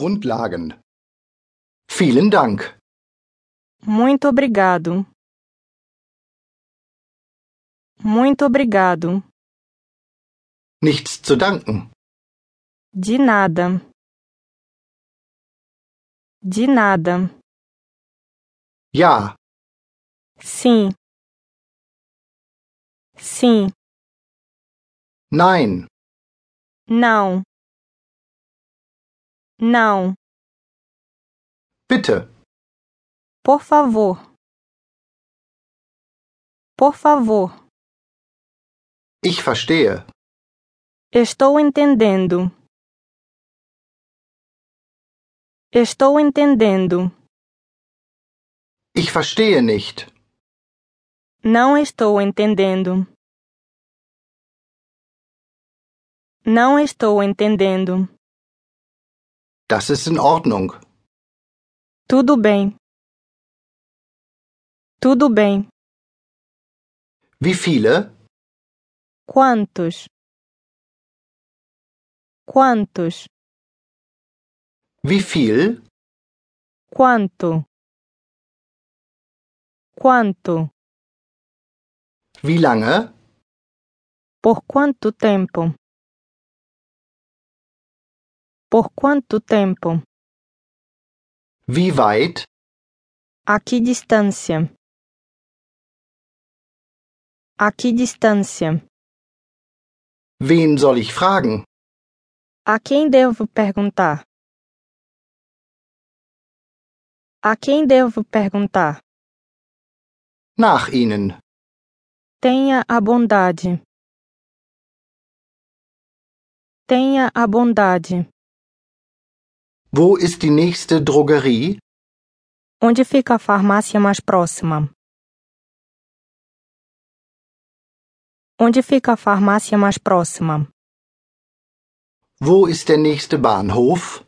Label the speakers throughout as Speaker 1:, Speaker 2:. Speaker 1: grundlagen. Vielen Dank.
Speaker 2: Muito obrigado. Muito obrigado.
Speaker 1: Nichts zu danken.
Speaker 2: De nada. De nada.
Speaker 1: Ja,
Speaker 2: Sim. Sim.
Speaker 1: nein,
Speaker 2: Não. Não.
Speaker 1: bitte,
Speaker 2: Por favor. Por favor.
Speaker 1: ich verstehe.
Speaker 2: Estou entendendo. Estou entendendo.
Speaker 1: Ich verstehe nicht.
Speaker 2: Não estou entendendo. Não estou entendendo.
Speaker 1: Das ist in Ordnung.
Speaker 2: Tudo bem. Tudo bem.
Speaker 1: Wie viele?
Speaker 2: Quantos? Quantos?
Speaker 1: Wie viel?
Speaker 2: Quanto? Quanto?
Speaker 1: Wie lange?
Speaker 2: Por quanto tempo? Por quanto tempo?
Speaker 1: Wie weit?
Speaker 2: A que distância? A que distância?
Speaker 1: Wen soll ich fragen?
Speaker 2: A quem devo perguntar? A quem devo perguntar?
Speaker 1: Nach Ihnen.
Speaker 2: Tenha a bondade. Tenha a bondade.
Speaker 1: Wo ist die nächste Drogerie?
Speaker 2: Onde fica a farmácia mais próxima? Onde fica a farmácia mais próxima?
Speaker 1: Wo ist der nächste Bahnhof?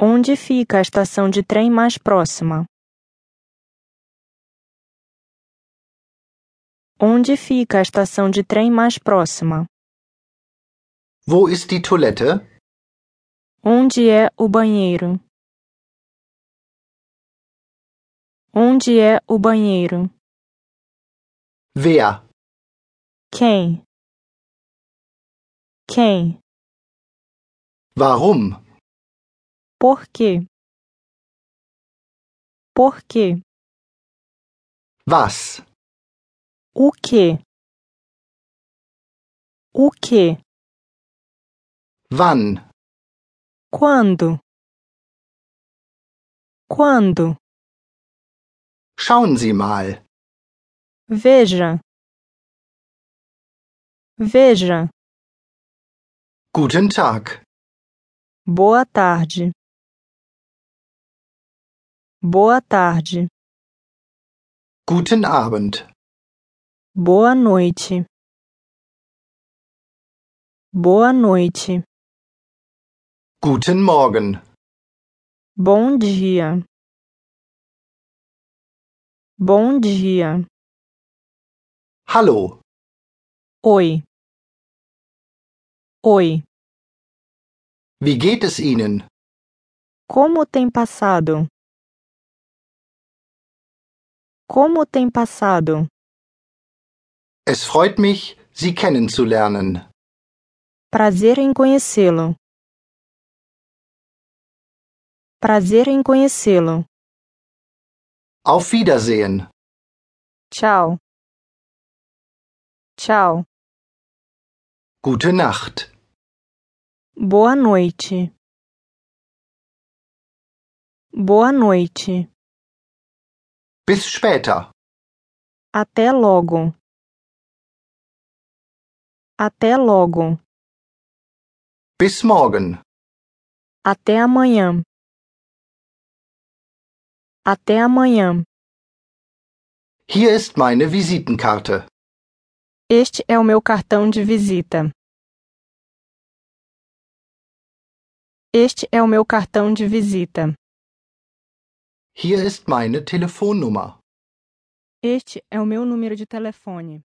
Speaker 2: Onde fica a estação de trem mais próxima? Onde fica a estação de trem mais próxima?
Speaker 1: Wo ist die Toilette?
Speaker 2: Onde é o banheiro? Onde é o banheiro?
Speaker 1: Wer?
Speaker 2: Quem? Quem?
Speaker 1: Warum?
Speaker 2: Por quê? Por quê?
Speaker 1: Was?
Speaker 2: O que? O que?
Speaker 1: Wann?
Speaker 2: Quando? Quando?
Speaker 1: Schauen Sie mal.
Speaker 2: Veja. Veja.
Speaker 1: Guten Tag.
Speaker 2: Boa tarde. Boa tarde.
Speaker 1: Guten Abend.
Speaker 2: Boa noite. Boa noite.
Speaker 1: Guten Morgen.
Speaker 2: Bom dia. Bom dia.
Speaker 1: Hallo.
Speaker 2: Oi. Oi.
Speaker 1: Wie geht es Ihnen?
Speaker 2: Como tem passado? Como tem passado?
Speaker 1: Es freut mich, Sie kennenzulernen.
Speaker 2: Prazer em conhecê-lo. Prazer em conhecê-lo.
Speaker 1: Auf Wiedersehen.
Speaker 2: Tchau. Tchau.
Speaker 1: Gute Nacht.
Speaker 2: Boa noite. Boa noite.
Speaker 1: Bis später.
Speaker 2: Até logo. Até logo.
Speaker 1: Bis morgen.
Speaker 2: Até amanhã. Até amanhã.
Speaker 1: Hier ist meine Visitenkarte.
Speaker 2: Este é o meu cartão de visita. Este é o meu cartão de visita.
Speaker 1: Hier ist meine Telefonnummer.
Speaker 2: Este é o meu número de telefone.